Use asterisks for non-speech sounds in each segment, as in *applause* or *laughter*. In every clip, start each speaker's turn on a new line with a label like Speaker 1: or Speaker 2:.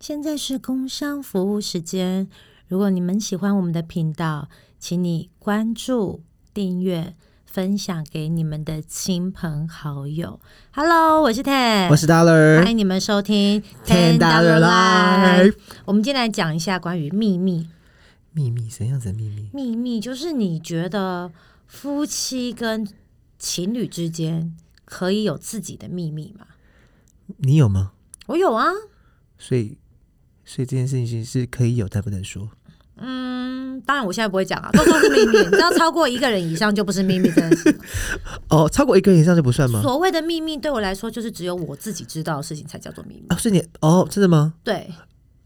Speaker 1: 现在是工商服务时间。如果你们喜欢我们的频道，请你关注、订阅、分享给你们的亲朋好友。Hello，我是 Ten，
Speaker 2: 我是 Dollar，
Speaker 1: 欢迎你们收听
Speaker 2: Ten Dollar Live。
Speaker 1: 我们今天来讲一下关于秘密。
Speaker 2: 秘密怎样子的秘密？
Speaker 1: 秘密就是你觉得夫妻跟情侣之间可以有自己的秘密吗？
Speaker 2: 你有吗？
Speaker 1: 我有啊，
Speaker 2: 所以，所以这件事情是可以有，但不能说。
Speaker 1: 嗯，当然我现在不会讲啊，都说是秘密。你知道，超过一个人以上就不是秘密这件事。
Speaker 2: 哦，超过一个人以上就不算吗？
Speaker 1: 所谓的秘密对我来说，就是只有我自己知道的事情才叫做秘密。
Speaker 2: 啊，所以你哦，真的吗？
Speaker 1: 对，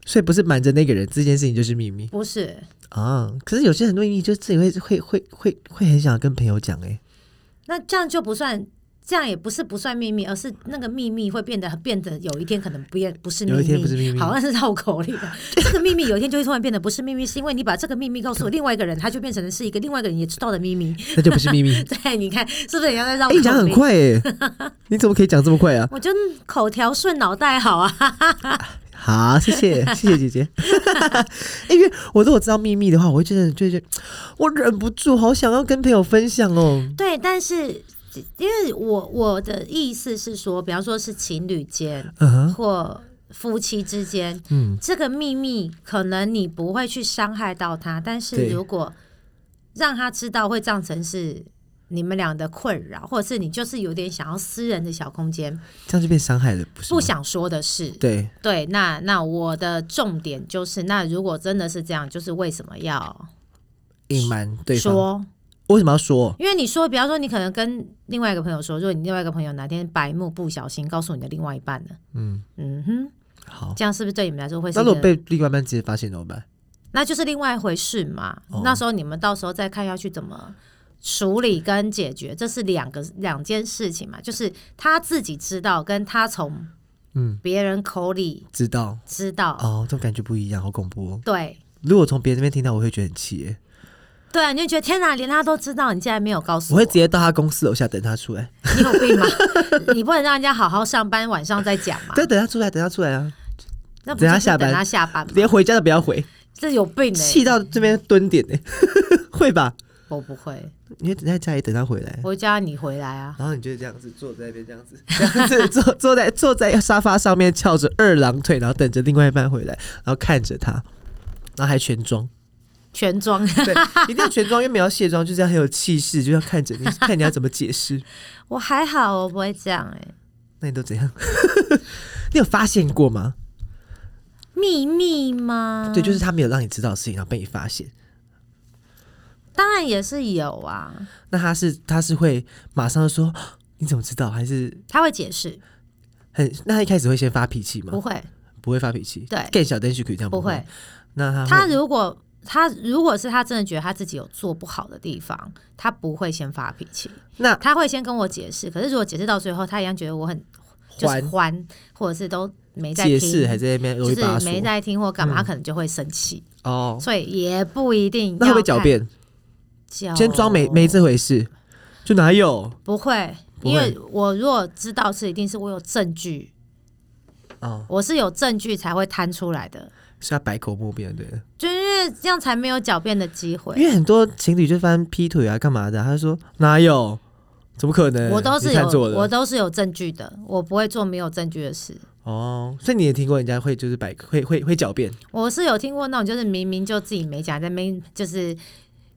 Speaker 2: 所以不是瞒着那个人，这件事情就是秘密
Speaker 1: 不是，
Speaker 2: 啊。可是有些很多秘密，就自己会会会会会很想跟朋友讲哎、
Speaker 1: 那这样就不算，这样也不是不算秘密，而是那个秘密会变得变得有一天可能不变不是秘密，
Speaker 2: 有一天不是秘密
Speaker 1: 好像是绕口令
Speaker 2: *laughs*
Speaker 1: 的。这个秘密有一天就会突然变得不是秘密，是因为你把这个秘密告诉另外一个人，他就变成是一个另外一个人也知道的秘密。
Speaker 2: 那就不是秘密。哎、
Speaker 1: 对，你看是不是人家在绕口
Speaker 2: 你
Speaker 1: 令？
Speaker 2: 讲很快哎、你怎么可以讲这么快啊？
Speaker 1: 我就口条顺，脑袋好啊。
Speaker 2: 好，谢 *laughs* 谢谢谢姐姐。因为我如果知道秘密的话，我会真的就觉得我忍不住，好想要跟朋友分享哦。
Speaker 1: 对，但是因为我我的意思是说，比方说是情侣间
Speaker 2: 嗯哼，
Speaker 1: 或夫妻之间，
Speaker 2: 嗯，
Speaker 1: 这个秘密可能你不会去伤害到他，但是
Speaker 2: 对
Speaker 1: 如果让他知道，会造成是你们俩的困扰，或者是你就是有点想要私人的小空间，
Speaker 2: 这样就变伤害了，不是吗？
Speaker 1: 不想说的事。
Speaker 2: 对，
Speaker 1: 对，那那我的重点就是，那如果真的是这样，就是为什么要
Speaker 2: 隐瞒对方。
Speaker 1: 说？
Speaker 2: 为什么要说？
Speaker 1: 因为你说，比方说，你可能跟另外一个朋友说，如果你另外一个朋友哪天白目不小心告诉你的另外一半了，
Speaker 2: 嗯，
Speaker 1: 嗯哼，
Speaker 2: 好。
Speaker 1: 这样是不是对你们来说会是
Speaker 2: 那
Speaker 1: 一
Speaker 2: 如果
Speaker 1: 个？
Speaker 2: 被另外一半直接发现怎么办？
Speaker 1: 那就是另外一回事嘛。
Speaker 2: 哦
Speaker 1: 那时候你们到时候再看要去怎么处理跟解决，这是两个两件事情嘛。就是他自己知道，跟他从
Speaker 2: 嗯，
Speaker 1: 别人口里
Speaker 2: 知道
Speaker 1: 知道，
Speaker 2: 哦，这种感觉不一样，好恐怖、哦。
Speaker 1: 对
Speaker 2: 如果从别人那边听到，我会觉得很气耶，
Speaker 1: 对啊，你就觉得天哪，连他都知道，你竟然没有告诉
Speaker 2: 我会直接到他公司楼下等他出来，
Speaker 1: 你有病吗？ *laughs* 你不能让人家好好上班，晚上再讲嘛。
Speaker 2: 对，等他出来，等他出来啊，
Speaker 1: 那不
Speaker 2: 等他
Speaker 1: 就是
Speaker 2: 下班
Speaker 1: 等他下班吗，
Speaker 2: 连回家都不要回，
Speaker 1: 这有病哎、
Speaker 2: 气到这边蹲点呢， *laughs* 会吧？
Speaker 1: 我不会，
Speaker 2: 你会等在家里等他回来，
Speaker 1: 我会叫你回来啊。
Speaker 2: 然后你就这样子坐在那边，这样子，这样子坐坐在坐在沙发上面翘着二郎腿，然后等着另外一半回来，然后看着他，然后还全妆。
Speaker 1: 全妆， *laughs*
Speaker 2: 对，一定要全妆，因为没有卸妆，就是要很有气势，就要看着你，看你要怎么解释。
Speaker 1: 我还好，我不会这样哎、
Speaker 2: 那你都怎样？ *laughs* 你有发现过吗？
Speaker 1: 秘密吗？
Speaker 2: 对，就是他没有让你知道的事情，然后被你发现。
Speaker 1: 当然也是有啊，
Speaker 2: 那他是他是会马上就说啊你怎么知道？还是
Speaker 1: 他会解释，
Speaker 2: 很那他一开始会先发脾气
Speaker 1: 不
Speaker 2: 吗？
Speaker 1: 会，
Speaker 2: 不会发脾气，
Speaker 1: 对
Speaker 2: 更小灯去可以这样
Speaker 1: 不会。。
Speaker 2: 那他
Speaker 1: 他
Speaker 2: 他
Speaker 1: 如果他如果是他真的觉得他自己有做不好的地方，他不会先发脾气，
Speaker 2: 那
Speaker 1: 他会先跟我解释。可是如果解释到最后，他一样觉得我很就是
Speaker 2: 还
Speaker 1: 欢，或者是都没在
Speaker 2: 解释还
Speaker 1: 听，
Speaker 2: 在那边
Speaker 1: 就
Speaker 2: 啰里吧
Speaker 1: 是没
Speaker 2: 嗦
Speaker 1: 在听或干嘛，他可能就会生气。
Speaker 2: 嗯哦，
Speaker 1: 所以也不一定要
Speaker 2: 那会不会狡
Speaker 1: 看哦
Speaker 2: 辩？
Speaker 1: 狡
Speaker 2: 先装没没这回事，就哪有
Speaker 1: 不会，
Speaker 2: 不
Speaker 1: 因
Speaker 2: 会
Speaker 1: 为我如果知道是，一定是我有证据，
Speaker 2: 哦，
Speaker 1: 我是有证据才会摊出来的，
Speaker 2: 是要百口莫辩对。
Speaker 1: 就因为这样才没有狡辩的机
Speaker 2: 因
Speaker 1: 会。
Speaker 2: 为很多情侣就翻劈腿啊，干嘛的啊、他就说哪有？怎么可能？
Speaker 1: 我都是
Speaker 2: 嗯你
Speaker 1: 有
Speaker 2: 看错，了
Speaker 1: 我都是有证据的，我不会做没有证据的事。
Speaker 2: 哦，所以你也听过人家会就是摆会会会
Speaker 1: *laughs*
Speaker 2: 狡辩，
Speaker 1: 我是有听过那种，就是明明就自己没讲，在那边就是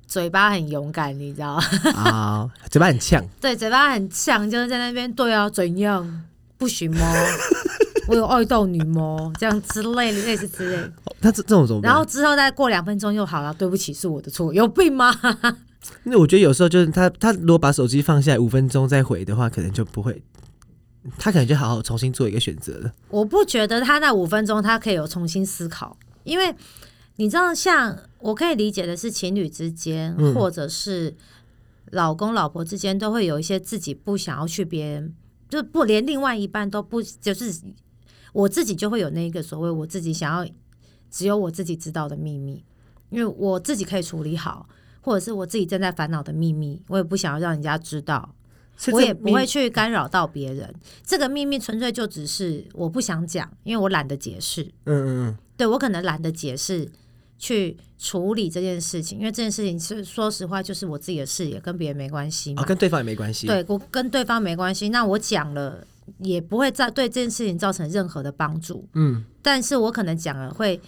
Speaker 1: 嘴巴很勇敢，你知道吗？ *laughs*
Speaker 2: 啊，嘴巴很呛，
Speaker 1: 对，嘴巴很呛，就是在那边对啊，怎样不行吗？ *laughs* 我有爱到你吗？这样之类的，类似之类的。
Speaker 2: 哦那这这种怎么办？
Speaker 1: 然后之后再过两分钟又好了，对不起，是我的错，有病吗？
Speaker 2: 那我觉得有时候就是他他如果把手机放下来五分钟再回的话，可能就不会，他可能就好好重新做一个选择了。
Speaker 1: 我不觉得他那五分钟他可以有重新思考，因为你知道，像我可以理解的是情侣之间，
Speaker 2: 嗯
Speaker 1: 或者是老公老婆之间，都会有一些自己不想要去别人，就不连另外一半都不，就是我自己就会有那个所谓我自己想要只有我自己知道的秘密，因为我自己可以处理好，或者是我自己正在烦恼的秘密，我也不想要让人家知道。
Speaker 2: 是
Speaker 1: 我
Speaker 2: 这
Speaker 1: 也不
Speaker 2: 秘
Speaker 1: 会去干扰到别人。这个秘密纯粹就只是我不想讲，因为我懒得解释。
Speaker 2: 嗯嗯
Speaker 1: 对我可能懒得解释去处理这件事情，因为这件事情是说实话就是我自己的事，也跟别人没关系
Speaker 2: 嗯，
Speaker 1: 嘛。
Speaker 2: 啊，跟对方也没关系。，
Speaker 1: 对我跟对方没关系，那我讲了也不会造对这件事情造成任何的帮助，
Speaker 2: 嗯，
Speaker 1: 但是我可能讲了会。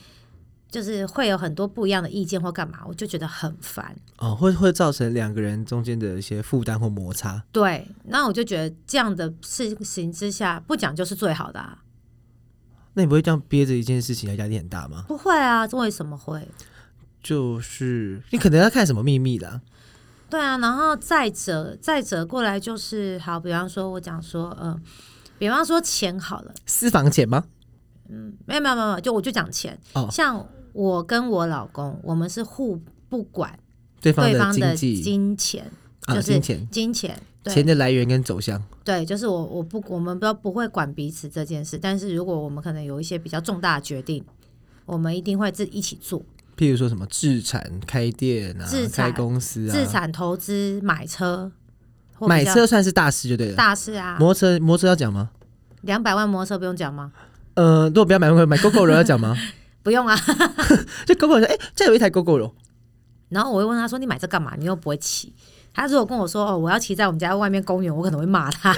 Speaker 1: 就是会有很多不一样的意见或干嘛，我就觉得很烦。
Speaker 2: 哦，会会造成两个人中间的一些负担或摩擦。
Speaker 1: 对，那我就觉得这样的事情之下不讲就是最好的、啊。
Speaker 2: 那你不会这样憋着一件事情，压力很大吗？
Speaker 1: 不会啊，为什么会？
Speaker 2: 就是你可能要看什么秘密啦。
Speaker 1: 对啊，然后再者再者过来就是好，比方说我讲说，呃，比方说钱好了，
Speaker 2: 私房钱吗？
Speaker 1: 没有没有没有没有，就我就讲钱。
Speaker 2: 哦
Speaker 1: 像我跟我老公，我们是互不管
Speaker 2: 对方
Speaker 1: 对
Speaker 2: 的
Speaker 1: 方
Speaker 2: 经
Speaker 1: 的
Speaker 2: 济
Speaker 1: 金钱，
Speaker 2: 啊，
Speaker 1: 就是
Speaker 2: 金钱，
Speaker 1: 金钱。
Speaker 2: 钱
Speaker 1: 对
Speaker 2: 的来源跟走向。
Speaker 1: 对，就是我我不我们都不会管彼此这件事，但是如果我们可能有一些比较重大的决定，我们一定会自一起做，
Speaker 2: 譬如说什么自产、开店啊、
Speaker 1: 自
Speaker 2: 开
Speaker 1: 产
Speaker 2: 公司啊、
Speaker 1: 自产投资、买车，或比
Speaker 2: 买
Speaker 1: 较
Speaker 2: 车算是大事就对了。
Speaker 1: 大事啊，
Speaker 2: 摩托车，摩托车要讲吗？
Speaker 1: 两百万摩托车不用讲吗？
Speaker 2: 呃，如果不要买摩托车买 GoGo 柔要讲吗？ *laughs*
Speaker 1: 不用啊。
Speaker 2: 就 GoGo 柔，哎、这有一台 GoGo 柔，
Speaker 1: 然后我会问他说：“你买这干嘛？你又不会骑。”他如果跟我说：“哦，我要骑在我们家外面公园，我可能会骂
Speaker 2: *laughs*
Speaker 1: 他。”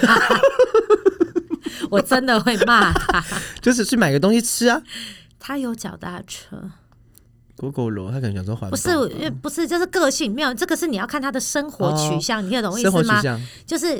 Speaker 1: 我真的会骂他。
Speaker 2: 就是去买个东西吃啊。
Speaker 1: 他有脚踏车，
Speaker 2: GoGo 柔，他可能想说环保
Speaker 1: 不是，因为不是，就是个性没有这个是你要看他的生活取向，你听得懂我意
Speaker 2: 生活
Speaker 1: 思
Speaker 2: 取
Speaker 1: 吗？
Speaker 2: 向，
Speaker 1: 就是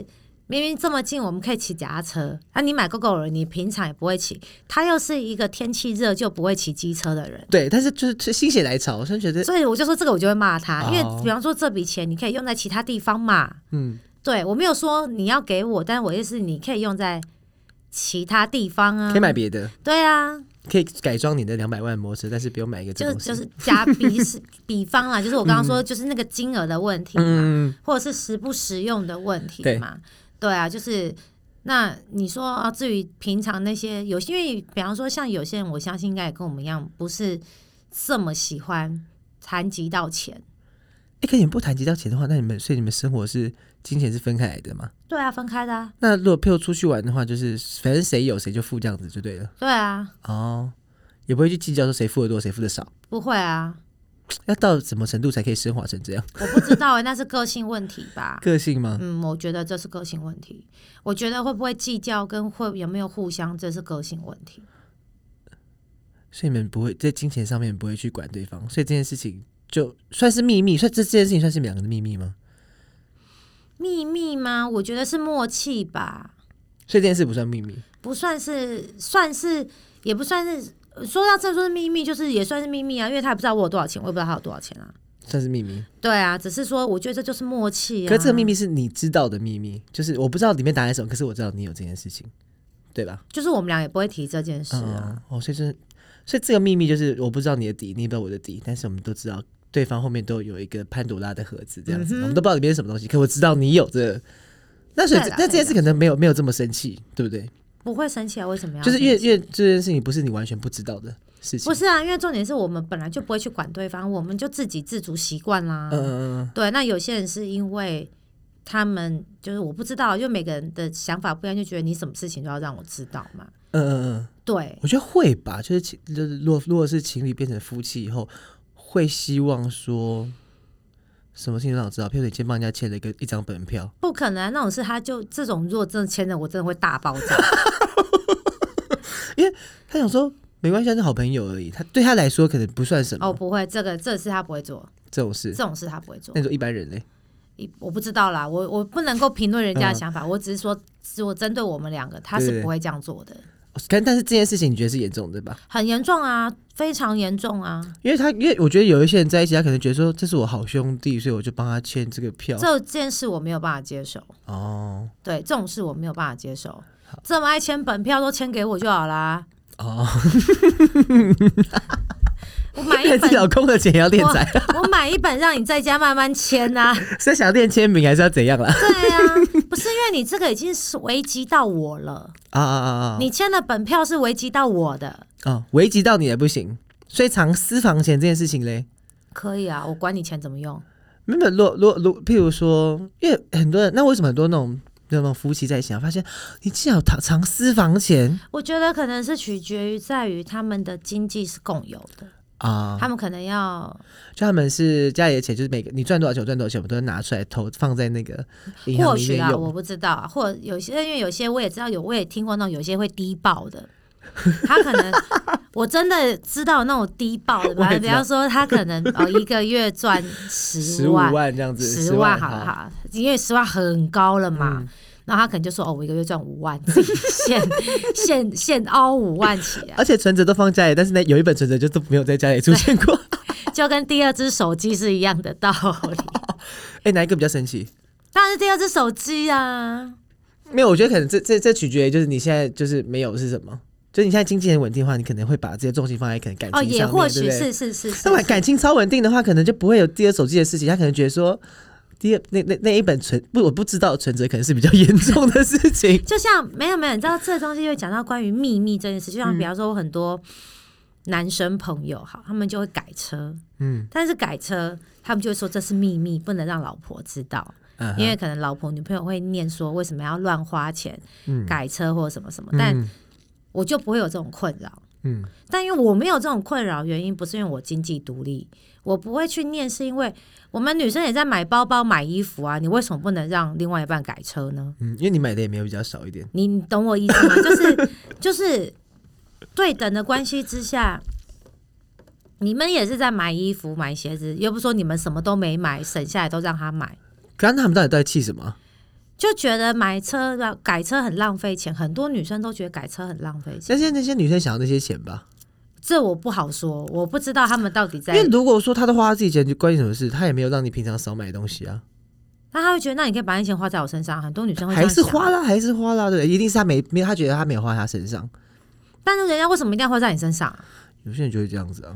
Speaker 1: 明明这么近，我们可以骑脚踏车，那、你买 GoGo 了，你平常也不会骑。他又是一个天气热就不会骑机车的人，
Speaker 2: 对，但是就是就是心血来潮，我真的觉得，
Speaker 1: 所以我就说这个我就会骂他，因
Speaker 2: 哦
Speaker 1: 为比方说这笔钱你可以用在其他地方嘛。
Speaker 2: 嗯，
Speaker 1: 对我没有说你要给我，但我意思是你可以用在其他地方啊，
Speaker 2: 可以买别的，
Speaker 1: 对啊，
Speaker 2: 可以改装你的两百万摩托车，但是不用买一个这
Speaker 1: 就
Speaker 2: 东西。
Speaker 1: 就是加
Speaker 2: *laughs*
Speaker 1: 比是比方啦，就是我刚刚说就是那个金额的问题嘛，
Speaker 2: 嗯，
Speaker 1: 或者是实不实用的问题
Speaker 2: 对
Speaker 1: 嘛，对啊，就是。那你说啊，至于平常那些有，因为比方说像有些人，我相信应该也跟我们一样，不是这么喜欢谈及到钱。
Speaker 2: 哎、可你们不谈及到钱的话，那你们所以你们生活是金钱是分开来的嘛？
Speaker 1: 对啊，分开的啊，
Speaker 2: 那如果譬如出去玩的话，就是反正谁有谁就付这样子就对了。
Speaker 1: 对啊，
Speaker 2: 哦，也不会去计较说谁付的多谁付的少，
Speaker 1: 不会啊，
Speaker 2: 要到什么程度才可以升华成这样？
Speaker 1: 我不知道、欸，那 *laughs* 是个性问题吧。
Speaker 2: *laughs* 个性吗？
Speaker 1: 嗯，我觉得这是个性问题。我觉得会不会计较跟会有没有互相，这是个性问题。
Speaker 2: 所以你们不会在金钱上面不会去管对方，所以这件事情就算是秘密，算这这件事情算是你们两个的秘密吗？
Speaker 1: 秘密吗？我觉得是默契吧，
Speaker 2: 所以这件事不算秘密。
Speaker 1: 不算是，算是也不算是。说到这，说是秘密，就是也算是秘密啊，因为他也不知道我有多少钱，我也不知道他有多少钱啊。
Speaker 2: 算是秘密，
Speaker 1: 对啊，只是说我觉得这就是默契啊。
Speaker 2: 可是这个秘密是你知道的秘密，就是我不知道里面答案是什么，可是我知道你有这件事情，对吧？
Speaker 1: 就是我们俩也不会提这件事啊。
Speaker 2: 嗯，哦，所以这，所以这个秘密就是我不知道你的底，你也不知道我的底，但是我们都知道对方后面都有一个潘多拉的盒子这样
Speaker 1: 嗯
Speaker 2: 子，
Speaker 1: 哼
Speaker 2: 我们都不知道里面是什么东西，可我知道你有这个那所以
Speaker 1: 对
Speaker 2: 这
Speaker 1: 啦
Speaker 2: 那这
Speaker 1: 对
Speaker 2: 件
Speaker 1: 啦
Speaker 2: 事可能没有没有这么生气，对不对？
Speaker 1: 不会生气啊？为什么要
Speaker 2: 就
Speaker 1: 生气？
Speaker 2: 是因为因为这件事情不是你完全不知道的事情
Speaker 1: 不，是啊，因为重点是我们本来就不会去管对方，我们就自给自足习惯啦。
Speaker 2: 嗯嗯嗯嗯，
Speaker 1: 对，那有些人是因为他们就是我不知道，因为每个人的想法不一样，就觉得你什么事情都要让我知道嘛。
Speaker 2: 嗯嗯嗯，
Speaker 1: 对，
Speaker 2: 我觉得会吧，就是情就是如果如果是情侣变成夫妻以后，会希望说什么事情都让我知道，譬如你先帮人家签了一个一张本票，
Speaker 1: 不可能、啊、那种事，他就这种如果真的签了，我真的会大爆
Speaker 2: *laughs*
Speaker 1: 炸。
Speaker 2: 他想说没关系，他是好朋友而已，他对他来说可能不算什么、
Speaker 1: 哦，不会，这个这事他不会做，
Speaker 2: 这种事
Speaker 1: 这。种事他不会做
Speaker 2: 那。种一般人嘞，
Speaker 1: 一我不知道啦，我我不能够评论人家的
Speaker 2: 嗯
Speaker 1: 想法，我只是说，只我针对我们两个，他
Speaker 2: 对对
Speaker 1: 是
Speaker 2: 对
Speaker 1: 不会这样做的，
Speaker 2: 哦但但是这件事情你觉得是严重的吧？
Speaker 1: 很严重啊，非常严重啊。
Speaker 2: 因为他因为我觉得有一些人在一起，他可能觉得说这是我好兄弟，所以我就帮他签这个票。
Speaker 1: 这件事我没有办法接受，
Speaker 2: 哦
Speaker 1: 对这种事我没有办法接受。这么爱签本票，都签给我就好啦。
Speaker 2: 哦，
Speaker 1: 我
Speaker 2: *laughs*
Speaker 1: 买一
Speaker 2: 练自己
Speaker 1: 本
Speaker 2: 老公的钱也要练财，
Speaker 1: 我买一本让你在家慢慢签呐、
Speaker 2: *laughs* 是想练签名还是要怎样啦？
Speaker 1: 对啊，不是因为你这个已经是危及到我了，
Speaker 2: 啊啊啊啊！
Speaker 1: 你签的本票是危及到我的，
Speaker 2: 哦，危及到你也不行，所以藏私房钱这件事情嘞，
Speaker 1: 可以啊，我管你钱怎么用，
Speaker 2: 没有，如果如果如果譬如说，因为很多人，那为什么很多那种那种夫妻在一起啊，发现你竟然有藏藏私房钱
Speaker 1: 我觉得可能是取决于在于他们的经济是共有的，
Speaker 2: 啊！
Speaker 1: 他们可能要
Speaker 2: 就他们是家里的钱，就是每个你赚多少钱，我赚多少钱，我们都会拿出来投放在那个银
Speaker 1: 或
Speaker 2: 行里
Speaker 1: 许
Speaker 2: 面
Speaker 1: 啊，
Speaker 2: 用。
Speaker 1: 我不知道啊，或有些因为有些我也知道有，我也听过那种有些会低报
Speaker 2: *laughs*
Speaker 1: 的，他可能我真的知道那种低报的，
Speaker 2: *laughs* 我也
Speaker 1: 反
Speaker 2: 知
Speaker 1: 正
Speaker 2: 道
Speaker 1: 比方说他可
Speaker 2: *laughs*
Speaker 1: 能哦一个月赚
Speaker 2: 十
Speaker 1: 十
Speaker 2: 五
Speaker 1: 万，
Speaker 2: 万这样子，
Speaker 1: 十
Speaker 2: 万
Speaker 1: 万
Speaker 2: 嗯
Speaker 1: 好了，哈，因为十万很高了嘛。然后他可能就说：“哦，我一个月赚五万，自己
Speaker 2: *laughs*
Speaker 1: 现现现凹五万起来，
Speaker 2: 而且存折都放家里，但是呢，有一本存折就都没有在家里出现过。
Speaker 1: 就跟第二只手机是一样的道理。
Speaker 2: *laughs*
Speaker 1: *laughs*
Speaker 2: 哎、哪一个比较神奇？
Speaker 1: 当然是第二只手机啊，
Speaker 2: 没有，我觉得可能这这这取决于就是你现在就是没有是什么，就是你现在经济很稳定的话，你可能会把这些重心放在可能感情
Speaker 1: 哦，
Speaker 2: 上面，
Speaker 1: 也或
Speaker 2: 对
Speaker 1: 许
Speaker 2: 不对
Speaker 1: 是是是是
Speaker 2: 那么
Speaker 1: 是。
Speaker 2: 感情超稳定的话，可能就不会有第二手机的事情。他可能觉得说，第二那那那一本存不我不知道的存折可能是比较 *laughs* 严重的事情
Speaker 1: 就像没有没有，你知道这东西又讲到关于秘密这件事，就
Speaker 2: 嗯
Speaker 1: 像比方说我很多男生朋友哈，他们就会改车，
Speaker 2: 嗯，
Speaker 1: 但是改车他们就会说这是秘密，不能让老婆知道，
Speaker 2: 啊
Speaker 1: 因为可能老婆女朋友会念说为什么要乱花钱
Speaker 2: 嗯
Speaker 1: 改车或者什么什么，
Speaker 2: 嗯
Speaker 1: 但我就不会有这种困扰。
Speaker 2: 嗯
Speaker 1: 但因为我没有这种困扰，原因不是因为我经济独立，我不会去念，是因为我们女生也在买包包、买衣服啊，你为什么不能让另外一半改车呢？
Speaker 2: 嗯，因为你买的也没有比较少一点。
Speaker 1: 你你懂我意思吗？就是 *laughs* 就是对等的关系之下，你们也是在买衣服、买鞋子，又不是说你们什么都没买，省下来都让他买，
Speaker 2: 刚刚他们到底在气什么啊？
Speaker 1: 就觉得买车让改车很浪费钱。很多女生都觉得改车很浪费钱，
Speaker 2: 那些那些女生想要那些钱吧？
Speaker 1: 这我不好说，我不知道他们到底
Speaker 2: 因
Speaker 1: 在
Speaker 2: 为。如果说她都花她自己钱，就关你什么事？她也没有让你平常少买东西啊，
Speaker 1: 那他会觉得，那你可以把那钱花在我身上。很多女生会这
Speaker 2: 还
Speaker 1: 样
Speaker 2: 是
Speaker 1: 想
Speaker 2: 花，啦，还是花啦，对，一定是她没没有，她觉得她没有花在她身上。
Speaker 1: 但是人家为什么一定要花在你身上啊、
Speaker 2: 有些人就会这样子啊。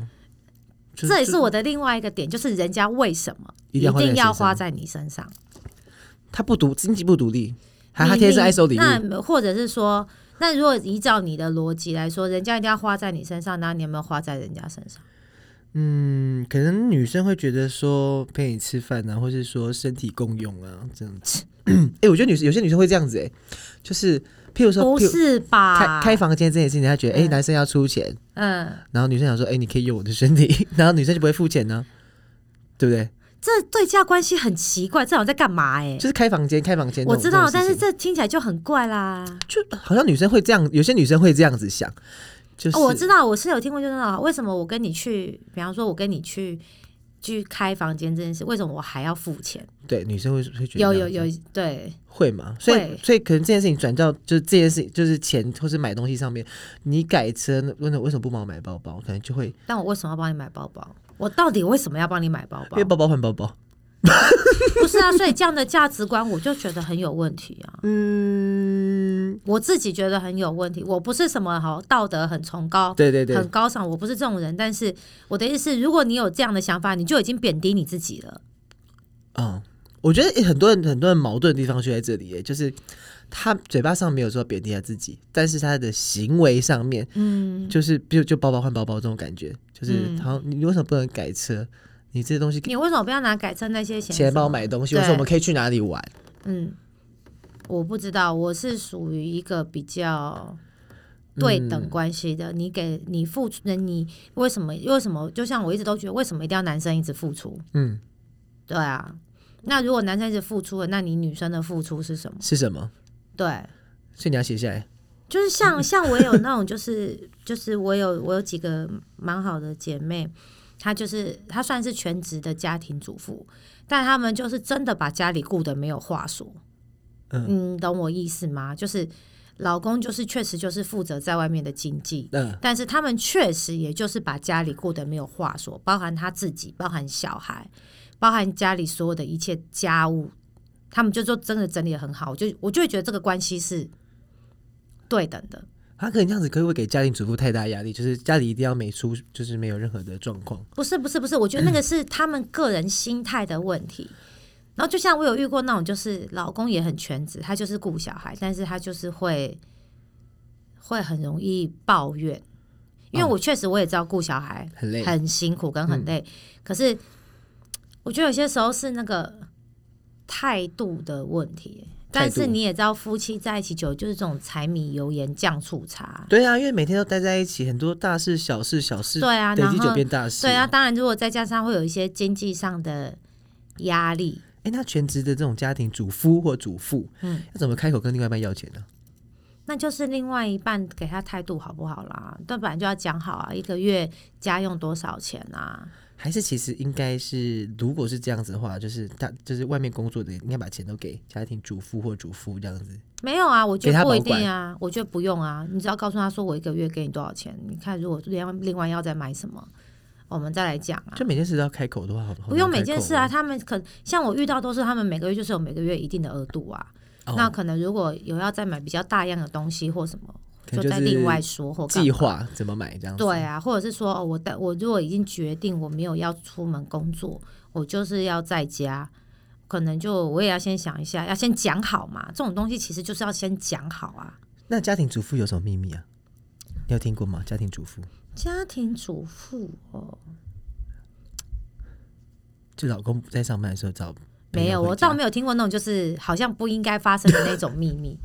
Speaker 2: 就
Speaker 1: 这也是
Speaker 2: 就
Speaker 1: 我的另外一个点，就是人家为什么
Speaker 2: 一
Speaker 1: 一
Speaker 2: 定要花在你
Speaker 1: 定要花在你身
Speaker 2: 身上
Speaker 1: 上？
Speaker 2: 她不独经济不独立，还她
Speaker 1: 你
Speaker 2: 贴是
Speaker 1: 你
Speaker 2: ISO 礼物，
Speaker 1: 那或者是说，那如果依照你的逻辑来说，人家一定要花在你身上，那你有没有花在人家身上？
Speaker 2: 嗯，可能女生会觉得说陪你吃饭啊，或是说身体共用啊这样子。 *clears throat* 哎、我觉得女生有些女生会这样子、哎，就是譬如说，
Speaker 1: 不
Speaker 2: 譬如
Speaker 1: 是吧？
Speaker 2: 开开房间这件事情，她觉得哎、
Speaker 1: 嗯
Speaker 2: 男生要出钱，
Speaker 1: 嗯，
Speaker 2: 然后女生想说哎、你可以用我的身体， *laughs* 然后女生就不会付钱呢、对不对？
Speaker 1: 这对价关系很奇怪，这好像在干嘛、欸？
Speaker 2: 就是开房间，开房间那
Speaker 1: 我
Speaker 2: 种。
Speaker 1: 知道，
Speaker 2: 这种
Speaker 1: 但
Speaker 2: 事
Speaker 1: 是
Speaker 2: 情
Speaker 1: 这听起来就很怪啦。
Speaker 2: 就好像女生会这样，有些女生会这样子想，就是、
Speaker 1: 哦我知道，我是有听过，就是那种为什么我跟你去，比方说我跟你去去开房间这件事，为什么我还要付钱？
Speaker 2: 对女生会会觉得
Speaker 1: 有
Speaker 2: 这
Speaker 1: 有
Speaker 2: 样子
Speaker 1: 有，对，
Speaker 2: 会嘛？所以
Speaker 1: 会
Speaker 2: 所以可能这件事情转到就是这件事情就是钱或是买东西上面，你改车那为什么为什么不帮我买包包？可能就会
Speaker 1: 但我为什么要帮你买包包？我到底为什么要帮你买包
Speaker 2: 因
Speaker 1: 包
Speaker 2: 为？包包换包包。
Speaker 1: *laughs* 不是啊，所以这样的价值观我就觉得很有问题啊。
Speaker 2: 嗯，
Speaker 1: 我自己觉得很有问题。我不是什么好道德很崇高、
Speaker 2: 对对对
Speaker 1: 哦很，高尚，我不是这种人。但是我的意思是，如果你有这样的想法，你就已经贬低你自己了。
Speaker 2: 嗯，我觉得很多人很多人矛盾的地方就在这里耶，就是他嘴巴上没有说贬低他自己，但是他的行为上面
Speaker 1: 嗯，
Speaker 2: 就是就就包包换包包这种感觉，就是
Speaker 1: 嗯
Speaker 2: 好像你为什么不能改车？你这些东西
Speaker 1: 你为什么不要拿改正那些钱？
Speaker 2: 钱包？买东西，
Speaker 1: 对
Speaker 2: 为什么我们可以去哪里玩？
Speaker 1: 嗯，我不知道，我是属于一个比较。
Speaker 2: 嗯
Speaker 1: 对等关系的，你给你付出，你为什么为什么？就像我一直都觉得，为什么一定要男生一直付出？
Speaker 2: 嗯，
Speaker 1: 对啊，那如果男生一直付出了，那你女生的付出是什么？
Speaker 2: 是什么？
Speaker 1: 对，
Speaker 2: 所以你要写下来。
Speaker 1: 就是 *laughs* 像像我有那种就是就是我有我有几个蛮好的姐妹，她就是她算是全职的家庭主妇，但她们就是真的把家里顾得没有话说。嗯，懂我意思吗？就是老公就是确实就是负责在外面的经济，
Speaker 2: 嗯
Speaker 1: 但是他们确实也就是把家里顾得没有话说，包含他自己，包含小孩，包含家里所有的一切家务，他们就说真的整理的很好，我就我就会觉得这个关系是对等的。
Speaker 2: 他可能这样子可能会给家庭主妇太大压力，就是家里一定要没出，就是没有任何的状况。
Speaker 1: 不是不是不是，我觉得那个是他们个人心态的问题。然后就像我有遇过那种，就是老公也很全职，他就是顾小孩，但是他就是会会很容易抱怨，因为我确实我也知道顾小孩
Speaker 2: 很累嗯
Speaker 1: 很辛苦跟很累，可是我觉得有些时候是那个态度的问题，但
Speaker 2: 态
Speaker 1: 是
Speaker 2: 度
Speaker 1: 你也知道，夫妻在一起久了就是这种柴米油盐酱醋茶。
Speaker 2: 对啊，因为每天都待在一起，很多大事小事小事，
Speaker 1: 对啊，
Speaker 2: 累
Speaker 1: 然
Speaker 2: 积
Speaker 1: 后
Speaker 2: 就变大事。
Speaker 1: 对啊，，当然如果再加上会有一些经济上的压力，
Speaker 2: 哎，那全职的这种家庭主夫或主妇，
Speaker 1: 嗯
Speaker 2: 要怎么开口跟另外一半要钱呢？
Speaker 1: 那就是另外一半给他态度好不好啦？但本来就要讲好啊，一个月家用多少钱啊？
Speaker 2: 还是其实应该是，如果是这样子的话，就是大就是外面工作的，应该把钱都给家庭主妇或主妇这样子。
Speaker 1: 没有啊，我觉
Speaker 2: 给
Speaker 1: 得
Speaker 2: 他
Speaker 1: 不一
Speaker 2: 保管
Speaker 1: 定啊，我觉得不用啊，你只要告诉他说我一个月给你多少钱，你看如果另另外要再买什么，我们再来讲啊。
Speaker 2: 就每件事都要开口的话，好好
Speaker 1: 不用
Speaker 2: 难
Speaker 1: 每
Speaker 2: 开
Speaker 1: 件
Speaker 2: 口
Speaker 1: 事啊，他们可像我遇到都是他们每个月就是有每个月一定的额度啊，
Speaker 2: 哦。
Speaker 1: 那可能如果有要再买比较大样的东西或什么，
Speaker 2: 哦可能
Speaker 1: 就再
Speaker 2: 是
Speaker 1: 另外说或干嘛
Speaker 2: 计划怎么买这样子。
Speaker 1: 对啊，或者是说，哦、我带我如果已经决定我没有要出门工作，我就是要在家，可能就我也要先想一下，要先讲好嘛。这种东西其实就是要先讲好啊。
Speaker 2: 那家庭主妇有什么秘密啊？你有听过吗？家庭主妇
Speaker 1: 家庭主妇哦，
Speaker 2: 就老公不在上班的时候找朋
Speaker 1: 没有，
Speaker 2: 友回
Speaker 1: 我
Speaker 2: 家
Speaker 1: 倒没有听过那种就是好像不应该发生的那种秘
Speaker 2: *laughs*
Speaker 1: 密，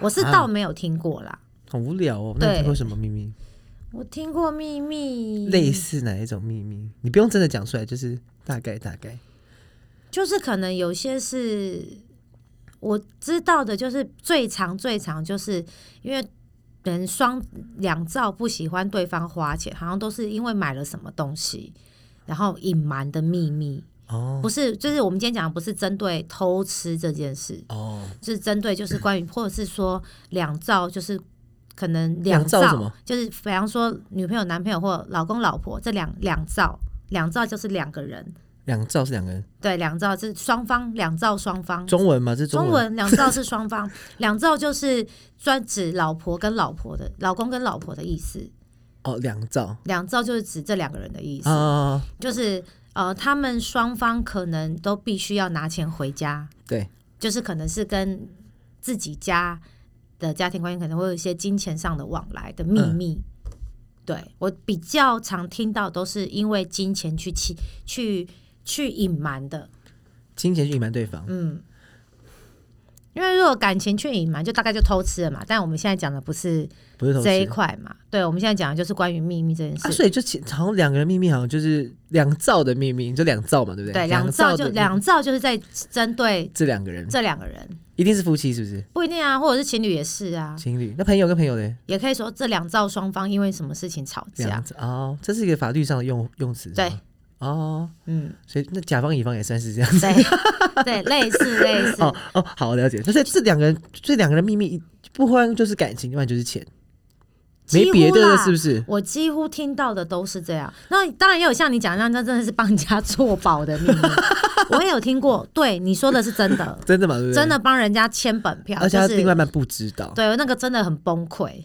Speaker 1: 我是倒没有听过啦。
Speaker 2: 很无聊哦。那你听
Speaker 1: 对
Speaker 2: 过什么秘密？
Speaker 1: 我听过秘密，
Speaker 2: 类似哪一种秘密？你不用真的讲出来，就是大概大概。
Speaker 1: 就是可能有些是我知道的，就是最长最长，就是因为人双两造不喜欢对方花钱，好像都是因为买了什么东西，然后隐瞒的秘密，
Speaker 2: 哦
Speaker 1: 不是就是我们今天讲的不是针对偷吃这件事，
Speaker 2: 哦，
Speaker 1: 是针对就是关
Speaker 2: *clears throat*
Speaker 1: 于或者是说两造就是。可能
Speaker 2: 两
Speaker 1: 造
Speaker 2: 造什么
Speaker 1: 就是，比方说女朋友、男朋友或老公、老婆这两两造，两造就是两个人，
Speaker 2: 两兆是两个人，
Speaker 1: 对，两造是双方，两造双方。
Speaker 2: 中文吗？这是
Speaker 1: 中
Speaker 2: 文。
Speaker 1: 文两造是双方， *laughs* 两造就是专指老婆跟老婆的，老公跟老婆的意思。
Speaker 2: 哦，两兆
Speaker 1: 两造就是指这两个人的意思，
Speaker 2: 啊，
Speaker 1: 就是呃，他们双方可能都必须要拿钱回家，
Speaker 2: 对，
Speaker 1: 就是可能是跟自己家的家庭关系可能会有一些金钱上的往来的秘密。
Speaker 2: 嗯
Speaker 1: 对我比较常听到都是因为金钱去欺去去隐瞒的，
Speaker 2: 金钱去隐瞒对方。
Speaker 1: 嗯，因为如果感情去隐瞒，就大概就偷吃了嘛。但我们现在讲的不是
Speaker 2: 不是投资
Speaker 1: 这一块嘛，对，我们现在讲的就是关于秘密这件事。
Speaker 2: 啊，所以就其好像两个人秘密，好像就是两兆的秘密，就两兆嘛，对不对？
Speaker 1: 对，两造就
Speaker 2: 的
Speaker 1: 两造就是在针对
Speaker 2: 这两个人
Speaker 1: 这两个人，
Speaker 2: 一定是夫妻，是不是？
Speaker 1: 不一定啊，或者是情侣也是啊，
Speaker 2: 情侣那朋友跟朋友嘞？
Speaker 1: 也可以说这两造双方因为什么事情吵
Speaker 2: 两
Speaker 1: 架。
Speaker 2: 兆哦，这是一个法律上的用用词，是
Speaker 1: 对
Speaker 2: 吗哦，
Speaker 1: 嗯，
Speaker 2: 所以那甲方乙方也算是这样。
Speaker 1: *laughs* 对对，类似类似，
Speaker 2: 哦哦，好了解。但是这两个人，这两个人秘密，不然就是感情，要不然就是钱，没
Speaker 1: 几
Speaker 2: 别
Speaker 1: 乎
Speaker 2: 的了，
Speaker 1: 啦
Speaker 2: 是不是？
Speaker 1: 我几乎听到的都是这样。那当然也有像你讲的那样，那真的是帮人家做保的秘密，我也有听过。对，你说的是真的，
Speaker 2: 真的吗？对不对？
Speaker 1: 真，的帮人家签本票，
Speaker 2: 而且他
Speaker 1: 就
Speaker 2: 另外哦
Speaker 1: 是
Speaker 2: 一半不知道，
Speaker 1: 对那个真的很崩溃。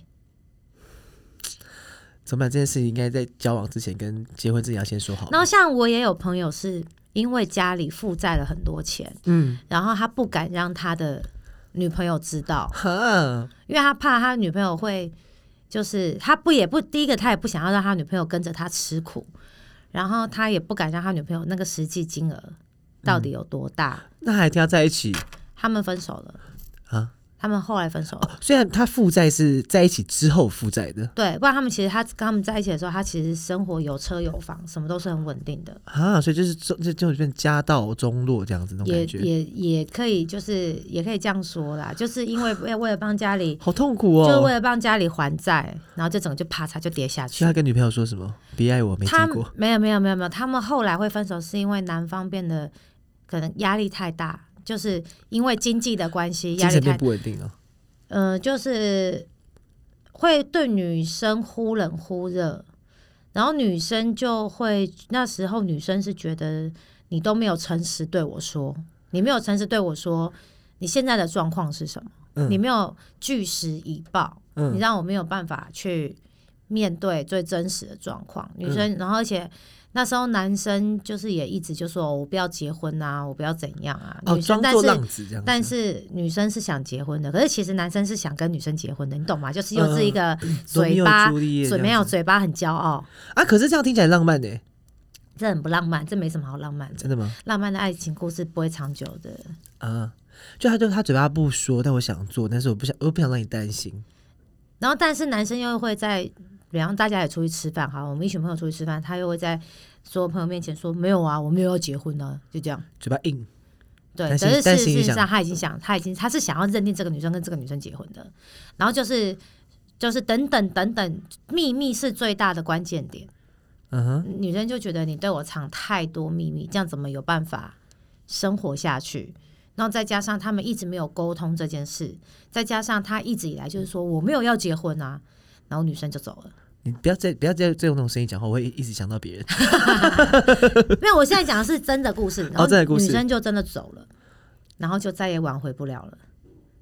Speaker 2: 怎么办？这件事情应该在交往之前跟结婚之前要先说好。
Speaker 1: 然后像我也有朋友是因为家里负债了很多钱，
Speaker 2: 嗯，
Speaker 1: 然后他不敢让他的女朋友知道，
Speaker 2: 哈，
Speaker 1: 因为他怕他女朋友会，就是他不也不第一个他也不想要让他女朋友跟着他吃苦，然后他也不敢让他女朋友那个实际金额到底有多大。
Speaker 2: 那还一定要在一起
Speaker 1: 他们分手了，
Speaker 2: 啊？
Speaker 1: 他们后来分手了。
Speaker 2: 哦，虽然他负债是在一起之后负债的
Speaker 1: 对，不然他们其实他跟他们在一起的时候，他其实生活有车有房，什么都是很稳定的。
Speaker 2: 啊，所以就是就就就变家道中落这样子那种
Speaker 1: 也
Speaker 2: 感觉，
Speaker 1: 也也可以，就是也可以这样说啦，就是因为为为了帮家里，
Speaker 2: 好痛苦
Speaker 1: 就为
Speaker 2: 哦。
Speaker 1: 了帮家里还债，然后就整个就啪嚓就跌下
Speaker 2: 所以
Speaker 1: 去
Speaker 2: 他。跟女朋友说什么？别爱我，没结
Speaker 1: 他
Speaker 2: 果。
Speaker 1: 没有没有没有没有，他们后来会分手是因为男方变得可能压力太大，就是因为经济的关系
Speaker 2: 精
Speaker 1: 压力
Speaker 2: 神
Speaker 1: 太
Speaker 2: 变，不稳定哦。
Speaker 1: 嗯、就是会对女生忽冷忽热，然后女生就会那时候女生是觉得你都没有诚实对我说，你没有诚实对我说你现在的状况是什么，
Speaker 2: 嗯
Speaker 1: 你没有据实以报，你
Speaker 2: 嗯，
Speaker 1: 让我没有办法去面对最真实的状况。
Speaker 2: 嗯
Speaker 1: 女生，然后而且那时候男生就是也一直就说、哦我不要结婚啊，我不要怎样啊。
Speaker 2: 哦，
Speaker 1: 女生
Speaker 2: 装，
Speaker 1: 但
Speaker 2: 作
Speaker 1: 是
Speaker 2: 浪子这样子。
Speaker 1: 但是女生是想结婚的，可是其实男生是想跟女生结婚的，你懂吗？就是又
Speaker 2: 嗯
Speaker 1: 是一个嘴巴、
Speaker 2: 罗密欧朱丽叶这
Speaker 1: 嘴
Speaker 2: 样
Speaker 1: 没有
Speaker 2: 子
Speaker 1: 嘴巴很骄傲，
Speaker 2: 啊？可是这样听起来浪漫呢，
Speaker 1: 这很不浪漫，这没什么好浪漫的。
Speaker 2: 真的吗？
Speaker 1: 浪漫的爱情故事不会长久的。
Speaker 2: 啊，就他就他嘴巴不说，但我想做，但是我不想，我不想让你担心。
Speaker 1: 然后，但是男生又会在，比方大家也出去吃饭，好，我们一群朋友出去吃饭，他又会在所有朋友面前说没有啊，我没有要结婚呢、就这样。
Speaker 2: 嘴巴硬，
Speaker 1: 对，
Speaker 2: 但
Speaker 1: 但
Speaker 2: 是
Speaker 1: 是
Speaker 2: 但
Speaker 1: 事
Speaker 2: 心里
Speaker 1: 事实
Speaker 2: 想
Speaker 1: 上他已经想，他已经他是想要认定这个女生跟这个女生结婚的，然后就是就是等等等等，秘密是最大的关键点。
Speaker 2: 嗯哼，
Speaker 1: 女生就觉得你对我藏太多秘密，这样怎么有办法生活下去？然后再加上他们一直没有沟通这件事，再加上他一直以来就是说我没有要结婚啊，然后女生就走了。
Speaker 2: 你不要再不要再再用那种声音讲话，我会一直想到别人。 *laughs*
Speaker 1: *laughs* 没有，我现在讲的是真的故事，然后
Speaker 2: 哦真的故事
Speaker 1: 女生就真的走了，然后就再也挽回不了了。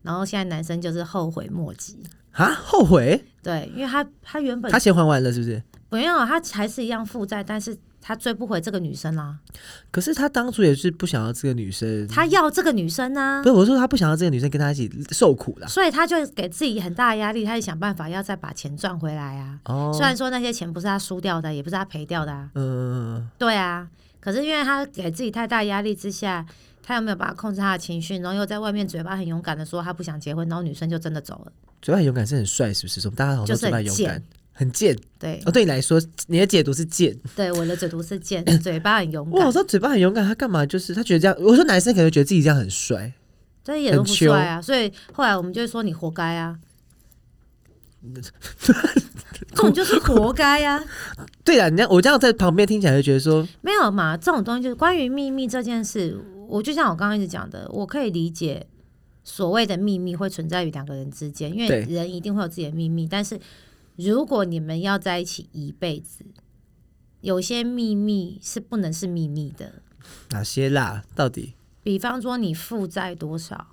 Speaker 1: 然后现在男生就是后悔莫及，
Speaker 2: 啊，后悔？
Speaker 1: 对，因为他他原本
Speaker 2: 他钱还完了是不是？
Speaker 1: 没有，啊他还是一样负债，但是他追不回这个女生啦、
Speaker 2: 可是他当初也是不想要这个女生，
Speaker 1: 他要这个女生啊
Speaker 2: 不，是我说他不想要这个女生跟他一起受苦啦。
Speaker 1: 所以他就给自己很大的压力，他就想办法要再把钱赚回来啊。
Speaker 2: 哦，
Speaker 1: 虽然说那些钱不是他输掉的，也不是他赔掉的啊，
Speaker 2: 嗯，
Speaker 1: 对啊。可是因为他给自己太大压力之下，他又没有办法控制他的情绪，然后又在外面嘴巴很勇敢的说他不想结婚，然后女生就真的走了。
Speaker 2: 嘴巴很勇敢是很帅，是不是？我们大家好像
Speaker 1: 就
Speaker 2: 都
Speaker 1: 是很
Speaker 2: 嘴巴很勇敢，很贱。
Speaker 1: 对
Speaker 2: 哦，对你来说，你的解读是贱。
Speaker 1: 对， *laughs* 我的嘴毒是贱，嘴巴很勇
Speaker 2: 哇，
Speaker 1: 敢
Speaker 2: 我，说嘴巴很勇敢，他干嘛？就是他觉得这样，我说男生可能觉得自己这样很帅，
Speaker 1: 这也都不
Speaker 2: 很羞
Speaker 1: 帅啊。所以后来我们就会说你活该啊，
Speaker 2: *laughs*
Speaker 1: 这种就是活该啊。
Speaker 2: 对啦，你这样我这样在旁边听起来就觉得说，
Speaker 1: 没有嘛，这种东西就是关于秘密这件事，我就像我刚刚一直讲的，我可以理解所谓的秘密会存在于两个人之间，因为
Speaker 2: 对
Speaker 1: 人一定会有自己的秘密。但是如果你们要在一起一辈子，有些秘密是不能是秘密的。
Speaker 2: 哪些啦？到底
Speaker 1: 比方说你负债多少，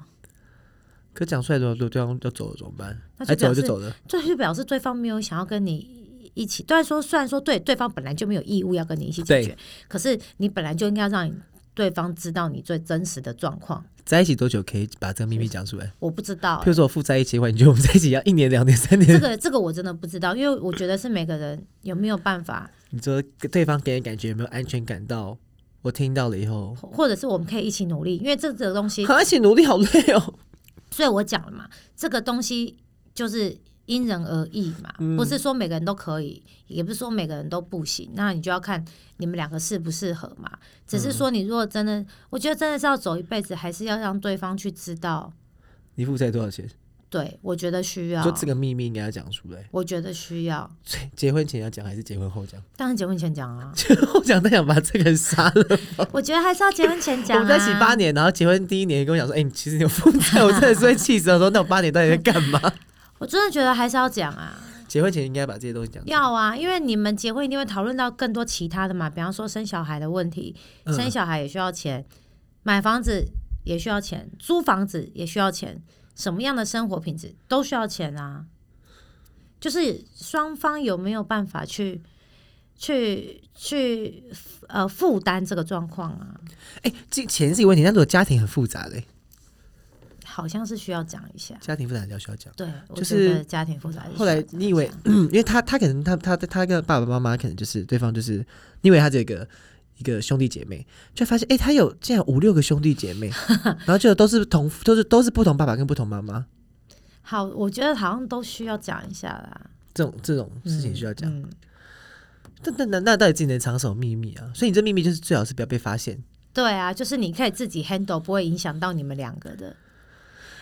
Speaker 2: 可讲出来的时候，对方要走了怎么办？
Speaker 1: 那就
Speaker 2: 哎，走
Speaker 1: 表
Speaker 2: 了就
Speaker 1: 示
Speaker 2: 走了，
Speaker 1: 这就表示对方没有想要跟你一起。虽然说虽然说对对方本来就没有义务要跟你一起解
Speaker 2: 对
Speaker 1: 决，可是你本来就应该让对方知道你最真实的状况。
Speaker 2: 在一起多久可以把这个秘密讲出来？
Speaker 1: 我不知道、
Speaker 2: 譬如说我负债一千万，你觉得我们在一起要一年、两年、三 *laughs*
Speaker 1: 这
Speaker 2: 年？
Speaker 1: 个这个我真的不知道，因为我觉得是每个人有没有办法，
Speaker 2: 你说对方给人感觉有没有安全感到？我听到了以后，
Speaker 1: 或或者是我们可以一起努力，因为这个东西，
Speaker 2: 好，一起努力，好累哦。
Speaker 1: 所以我讲了嘛，这个东西就是因人而异嘛，
Speaker 2: 嗯
Speaker 1: 不是说每个人都可以，也不是说每个人都不行，那你就要看你们两个适不适合嘛。只
Speaker 2: 嗯
Speaker 1: 是说你如果真的，我觉得真的是要走一辈子，还是要让对方去知道，
Speaker 2: 你负债多少钱？
Speaker 1: 对啊我觉得需要
Speaker 2: 就，这个秘密应该要讲出来。
Speaker 1: 我觉得需要，
Speaker 2: 所以结婚前要讲还是结婚后讲？，
Speaker 1: 当然结婚前讲啊
Speaker 2: *laughs* 结婚后讲，他想把这个人杀了。
Speaker 1: 我觉得还是要结婚前
Speaker 2: *laughs* 我
Speaker 1: 讲、啊。
Speaker 2: 们在一起八年，然后结婚第一年跟我讲说：“哎、你其实你有负债。”我真的是会气死。我说：“那我八年到底在干嘛 *laughs*
Speaker 1: 我真的觉得还是要讲啊。？”
Speaker 2: 结婚前应该把这些东西
Speaker 1: *laughs*
Speaker 2: 讲出来。
Speaker 1: 要啊，因为你们结婚一定会讨论到更多其他的嘛，比方说生小孩的问题，
Speaker 2: 嗯
Speaker 1: 生小孩也需要钱，买房子也需要钱，租房子也需要钱，什么样的生活品质都需要钱啊。就是双方有没有办法去去去呃负担这个状况啊？
Speaker 2: 哎、这钱是一个问题，但如果家庭很复杂嘞，
Speaker 1: 好像是需要讲一下，
Speaker 2: 家庭复杂要需要讲。
Speaker 1: 对，我
Speaker 2: 就是
Speaker 1: 觉得家庭复杂是需要
Speaker 2: 后来
Speaker 1: 讲一
Speaker 2: 你以为
Speaker 1: 下，
Speaker 2: 嗯因为他他可能他他他跟爸爸妈妈可能就是对方就是，你以为他只有一个一个兄弟姐妹，就发现哎、他有竟然有五六个兄弟姐
Speaker 1: *laughs*
Speaker 2: 妹，然后就都是同都是都是不同爸爸跟不同妈妈，
Speaker 1: 好，我觉得好像都需要讲一下啦。
Speaker 2: 这种这种事情需要讲。
Speaker 1: 嗯嗯
Speaker 2: 但但那那到底自己能藏什么秘密啊？所以你这秘密就是最好是不要被发现。
Speaker 1: 对啊，就是你可以自己 handle，不会影响到你们两个的。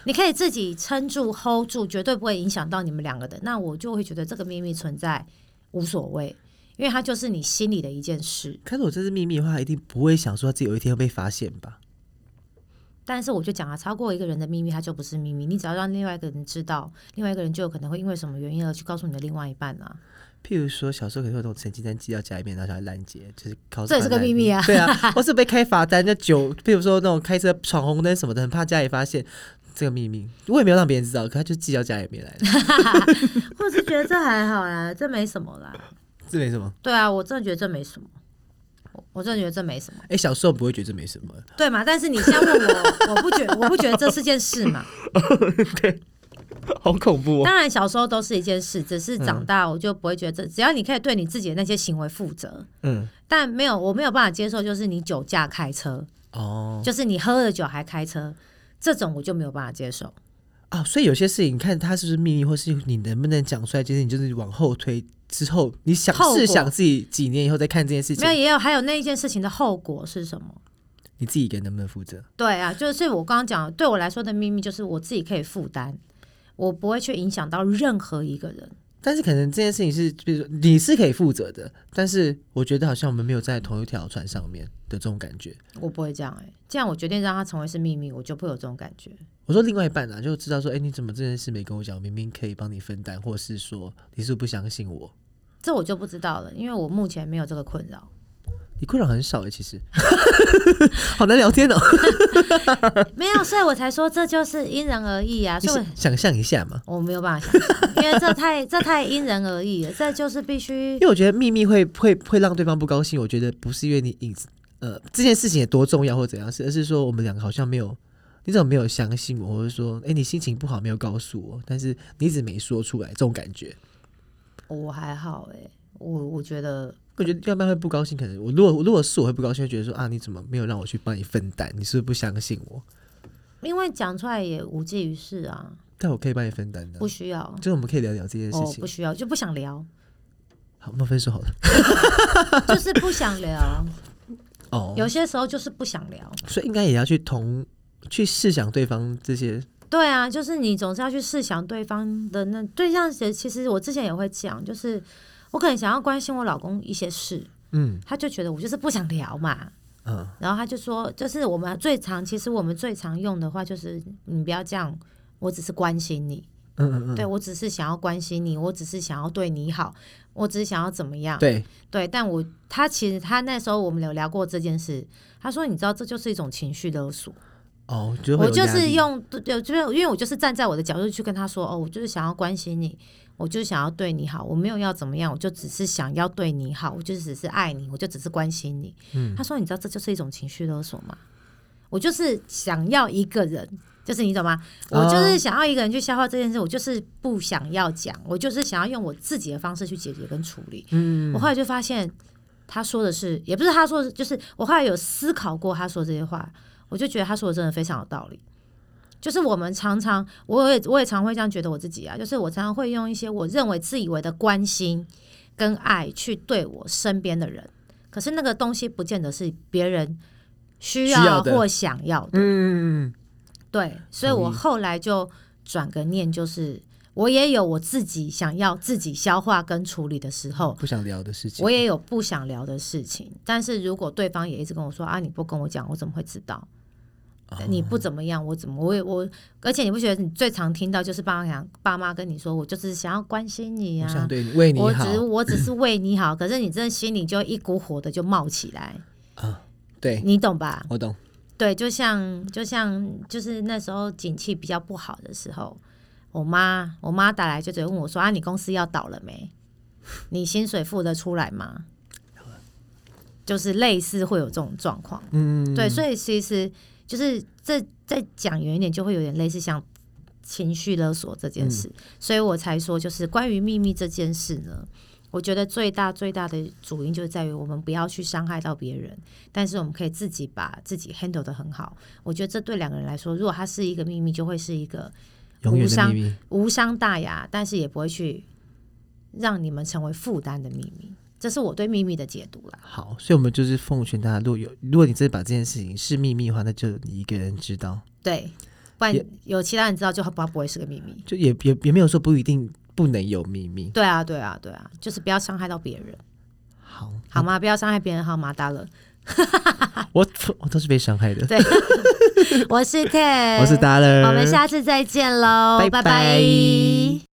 Speaker 1: 你可以自己撑住、hold 住，绝对不会影响到你们两个的。那我就会觉得这个秘密存在无所谓，因为它就是你心里的一件事。
Speaker 2: 可是我这是秘密的话，一定不会想说自己有一天会被发现吧？
Speaker 1: 但是我就讲啊，超过一个人的秘密，它就不是秘密。你只要让另外一个人知道，另外一个人就有可能会因为什么原因而去告诉你的另外一半啊。
Speaker 2: 譬如说，小时候可能会有那种成绩单寄到家里面，然后小孩拦截，就是考
Speaker 1: 这也是个秘密啊
Speaker 2: 对啊，或是被开罚单，那酒，譬如说那种开车闯红灯什么的，很怕家里发现这个秘密。我也没有让别人知道，可他就寄到家里面来了，
Speaker 1: *laughs* 我是觉得这还好啦，这没什么啦。
Speaker 2: 这没什么。
Speaker 1: 对啊，我真的觉得这没什么，我我真的觉得这没什么。
Speaker 2: 哎、小时候不会觉得这没什么，
Speaker 1: 对嘛？但是你先问我，我不觉我不觉得这是件事嘛。
Speaker 2: *laughs* 好恐怖！哦
Speaker 1: 当然，小时候都是一件事，只是长大
Speaker 2: 嗯
Speaker 1: 我就不会觉得这，只要你可以对你自己的那些行为负责。
Speaker 2: 嗯，
Speaker 1: 但没有，我没有办法接受，就是你酒驾开车，
Speaker 2: 哦，
Speaker 1: 就是你喝了酒还开车，这种我就没有办法接受。
Speaker 2: 哦，所以有些事情，你看它是不是秘密，或是你能不能讲出来，其实你就是往后推之后，你想
Speaker 1: 后果
Speaker 2: 试想自己几年以后再看这件事
Speaker 1: 没有，
Speaker 2: 情，
Speaker 1: 也有还有那一件事情的后果是什么？
Speaker 2: 你自己一个人能不能负责？
Speaker 1: 对啊，就是我刚刚讲的，对我来说的秘密就是我自己可以负担，我不会去影响到任何一个人。
Speaker 2: 但是可能这件事情是，比如说你是可以负责的，但是我觉得好像我们没有在同一条船上面的这种感觉。
Speaker 1: 我不会这样哎、既然我决定让它成为是秘密，我就不会有这种感觉。
Speaker 2: 我说另外一半啊，就知道说，哎、你怎么这件事没跟我讲？我明明可以帮你分担，或是说你是不是不相信我？
Speaker 1: 这我就不知道了，因为我目前没有这个困扰。
Speaker 2: 你困扰很少哎、其实 *laughs* 好难聊天
Speaker 1: 啊
Speaker 2: 哦、
Speaker 1: 没有，所以我才说这就是因人而异啊。
Speaker 2: 你
Speaker 1: 所以
Speaker 2: 想想象一下嘛，
Speaker 1: 我我没有办法想象，因为这太这太因人而异了，这就是必须
Speaker 2: 因为我觉得秘密会会会让对方不高兴，我觉得不是因为你隐呃这件事情有多重要或怎样，是而是说我们两个好像没有。你怎么没有相信我，或者说，哎、你心情不好没有告诉我，但是你一直没说出来，这种感觉，
Speaker 1: 我还好哎、我我觉得
Speaker 2: 我觉得要不然会不高兴。可能我如果如果是我会不高兴，会觉得说啊，你怎么没有让我去帮你分担？你是不是不相信我？
Speaker 1: 因为讲出来也无济于事啊，
Speaker 2: 但我可以帮你分担的
Speaker 1: 不。需要，
Speaker 2: 就是我们可以聊聊嗯这件事
Speaker 1: 哦，
Speaker 2: 情。
Speaker 1: 不需要，就不想聊， *laughs*
Speaker 2: 好，我们分手好了。
Speaker 1: 就是不想聊，
Speaker 2: 哦，
Speaker 1: 有些时候就是不想聊。
Speaker 2: 所以应该也要去同去试想对方这些。
Speaker 1: 对啊，就是你总是要去试想对方的那对象。其实我之前也会讲，就是我可能想要关心我老公一些事，
Speaker 2: 嗯
Speaker 1: 他就觉得我就是不想聊嘛。
Speaker 2: 嗯，
Speaker 1: 然后他就说，就是我们最常，其实我们最常用的话就是，你不要这样，我只是关心你，
Speaker 2: 嗯嗯嗯，
Speaker 1: 对我只是想要关心你，我只是想要对你好，我只是想要怎么样，
Speaker 2: 对，
Speaker 1: 对。但我他其实他那时候我们有聊过这件事，他说你知道这就是一种情绪勒索，
Speaker 2: 哦，就会
Speaker 1: 我
Speaker 2: 有
Speaker 1: 就
Speaker 2: 压
Speaker 1: 是
Speaker 2: 力
Speaker 1: 用对，对就是因为我就是站在我的角度去跟他说，哦，我就是想要关心你，我就是想要对你好，我没有要怎么样，我就只是想要对你好，我就只是爱你，我就只是关心你。
Speaker 2: 嗯
Speaker 1: 他说，你知道这就是一种情绪勒索吗？我就是想要一个人，就是你懂吗？
Speaker 2: 啊
Speaker 1: 我就是想要一个人去消化这件事，我就是不想要讲，我就是想要用我自己的方式去解决跟处理。
Speaker 2: 嗯
Speaker 1: 我后来就发现，他说的是，也不是他说的，就是我后来有思考过他说这些话，我就觉得他说的真的非常有道理。就是我们常常，我也我也常会这样觉得我自己啊，就是我常常会用一些我认为自以为的关心跟爱去对我身边的人，可是那个东西不见得是别人需
Speaker 2: 需
Speaker 1: 要
Speaker 2: 要的
Speaker 1: 或想要的。
Speaker 2: 嗯嗯嗯
Speaker 1: 对，所以我
Speaker 2: 同意
Speaker 1: 后来就转个念，就是我也有我自己想要自己消化跟处理的时候
Speaker 2: 嗯，，不想聊的事情。
Speaker 1: 我也有不想聊的事情。但是如果对方也一直跟我说啊，你不跟我讲，我怎么会知道？
Speaker 2: 啊
Speaker 1: 你不怎么样，我怎么我也我，而且你不觉得你最常听到就是爸妈讲爸妈跟你说，我就是想要关心你
Speaker 2: 我想
Speaker 1: 啊，
Speaker 2: 对你为你
Speaker 1: 我
Speaker 2: 好
Speaker 1: 只我只是为你好，可是你真的心里就一股火的就冒起来，
Speaker 2: 啊， *laughs* 对
Speaker 1: 你懂吧？
Speaker 2: 我懂。
Speaker 1: 对，就像就像就是那时候景气比较不好的时候，我妈我妈打来就直接问我说：“啊，你公司要倒了没？你薪水付得出来吗？”就是类似会有这种状况，
Speaker 2: 嗯，
Speaker 1: 对，所以其实就是这再讲远一点，就会有点类似像情绪勒索这件事，
Speaker 2: 嗯
Speaker 1: 所以我才说，就是关于秘密这件事呢，我觉得最大最大的主因就是在于我们不要去伤害到别人，但是我们可以自己把自己 handle 的很好。我觉得这对两个人来说，如果它是一个秘密，就会是一个
Speaker 2: 永远
Speaker 1: 无
Speaker 2: 的
Speaker 1: 伤
Speaker 2: 秘密。
Speaker 1: 无伤大雅，但是也不会去让你们成为负担的秘密。这是我对秘密的解读啦。
Speaker 2: 好，所以我们就是奉劝大家，如果有如果你真的把这件事情是秘密的话，那就你一个人知道，
Speaker 1: 对，不然
Speaker 2: 也
Speaker 1: 有其他人知道就不不会是个秘密。
Speaker 2: 就也也也没有说不一定不能有秘密。
Speaker 1: 对啊，对啊，对啊，就是不要伤害到别人，
Speaker 2: 嗯好，
Speaker 1: 好吗？不要伤害别人，好吗？大
Speaker 2: *laughs*
Speaker 1: 了，啊
Speaker 2: 我我都是被伤害的。
Speaker 1: 对，我是 K，
Speaker 2: 我是达人，
Speaker 1: 我们下次再见喽，
Speaker 2: 拜
Speaker 1: 拜
Speaker 2: 拜
Speaker 1: 拜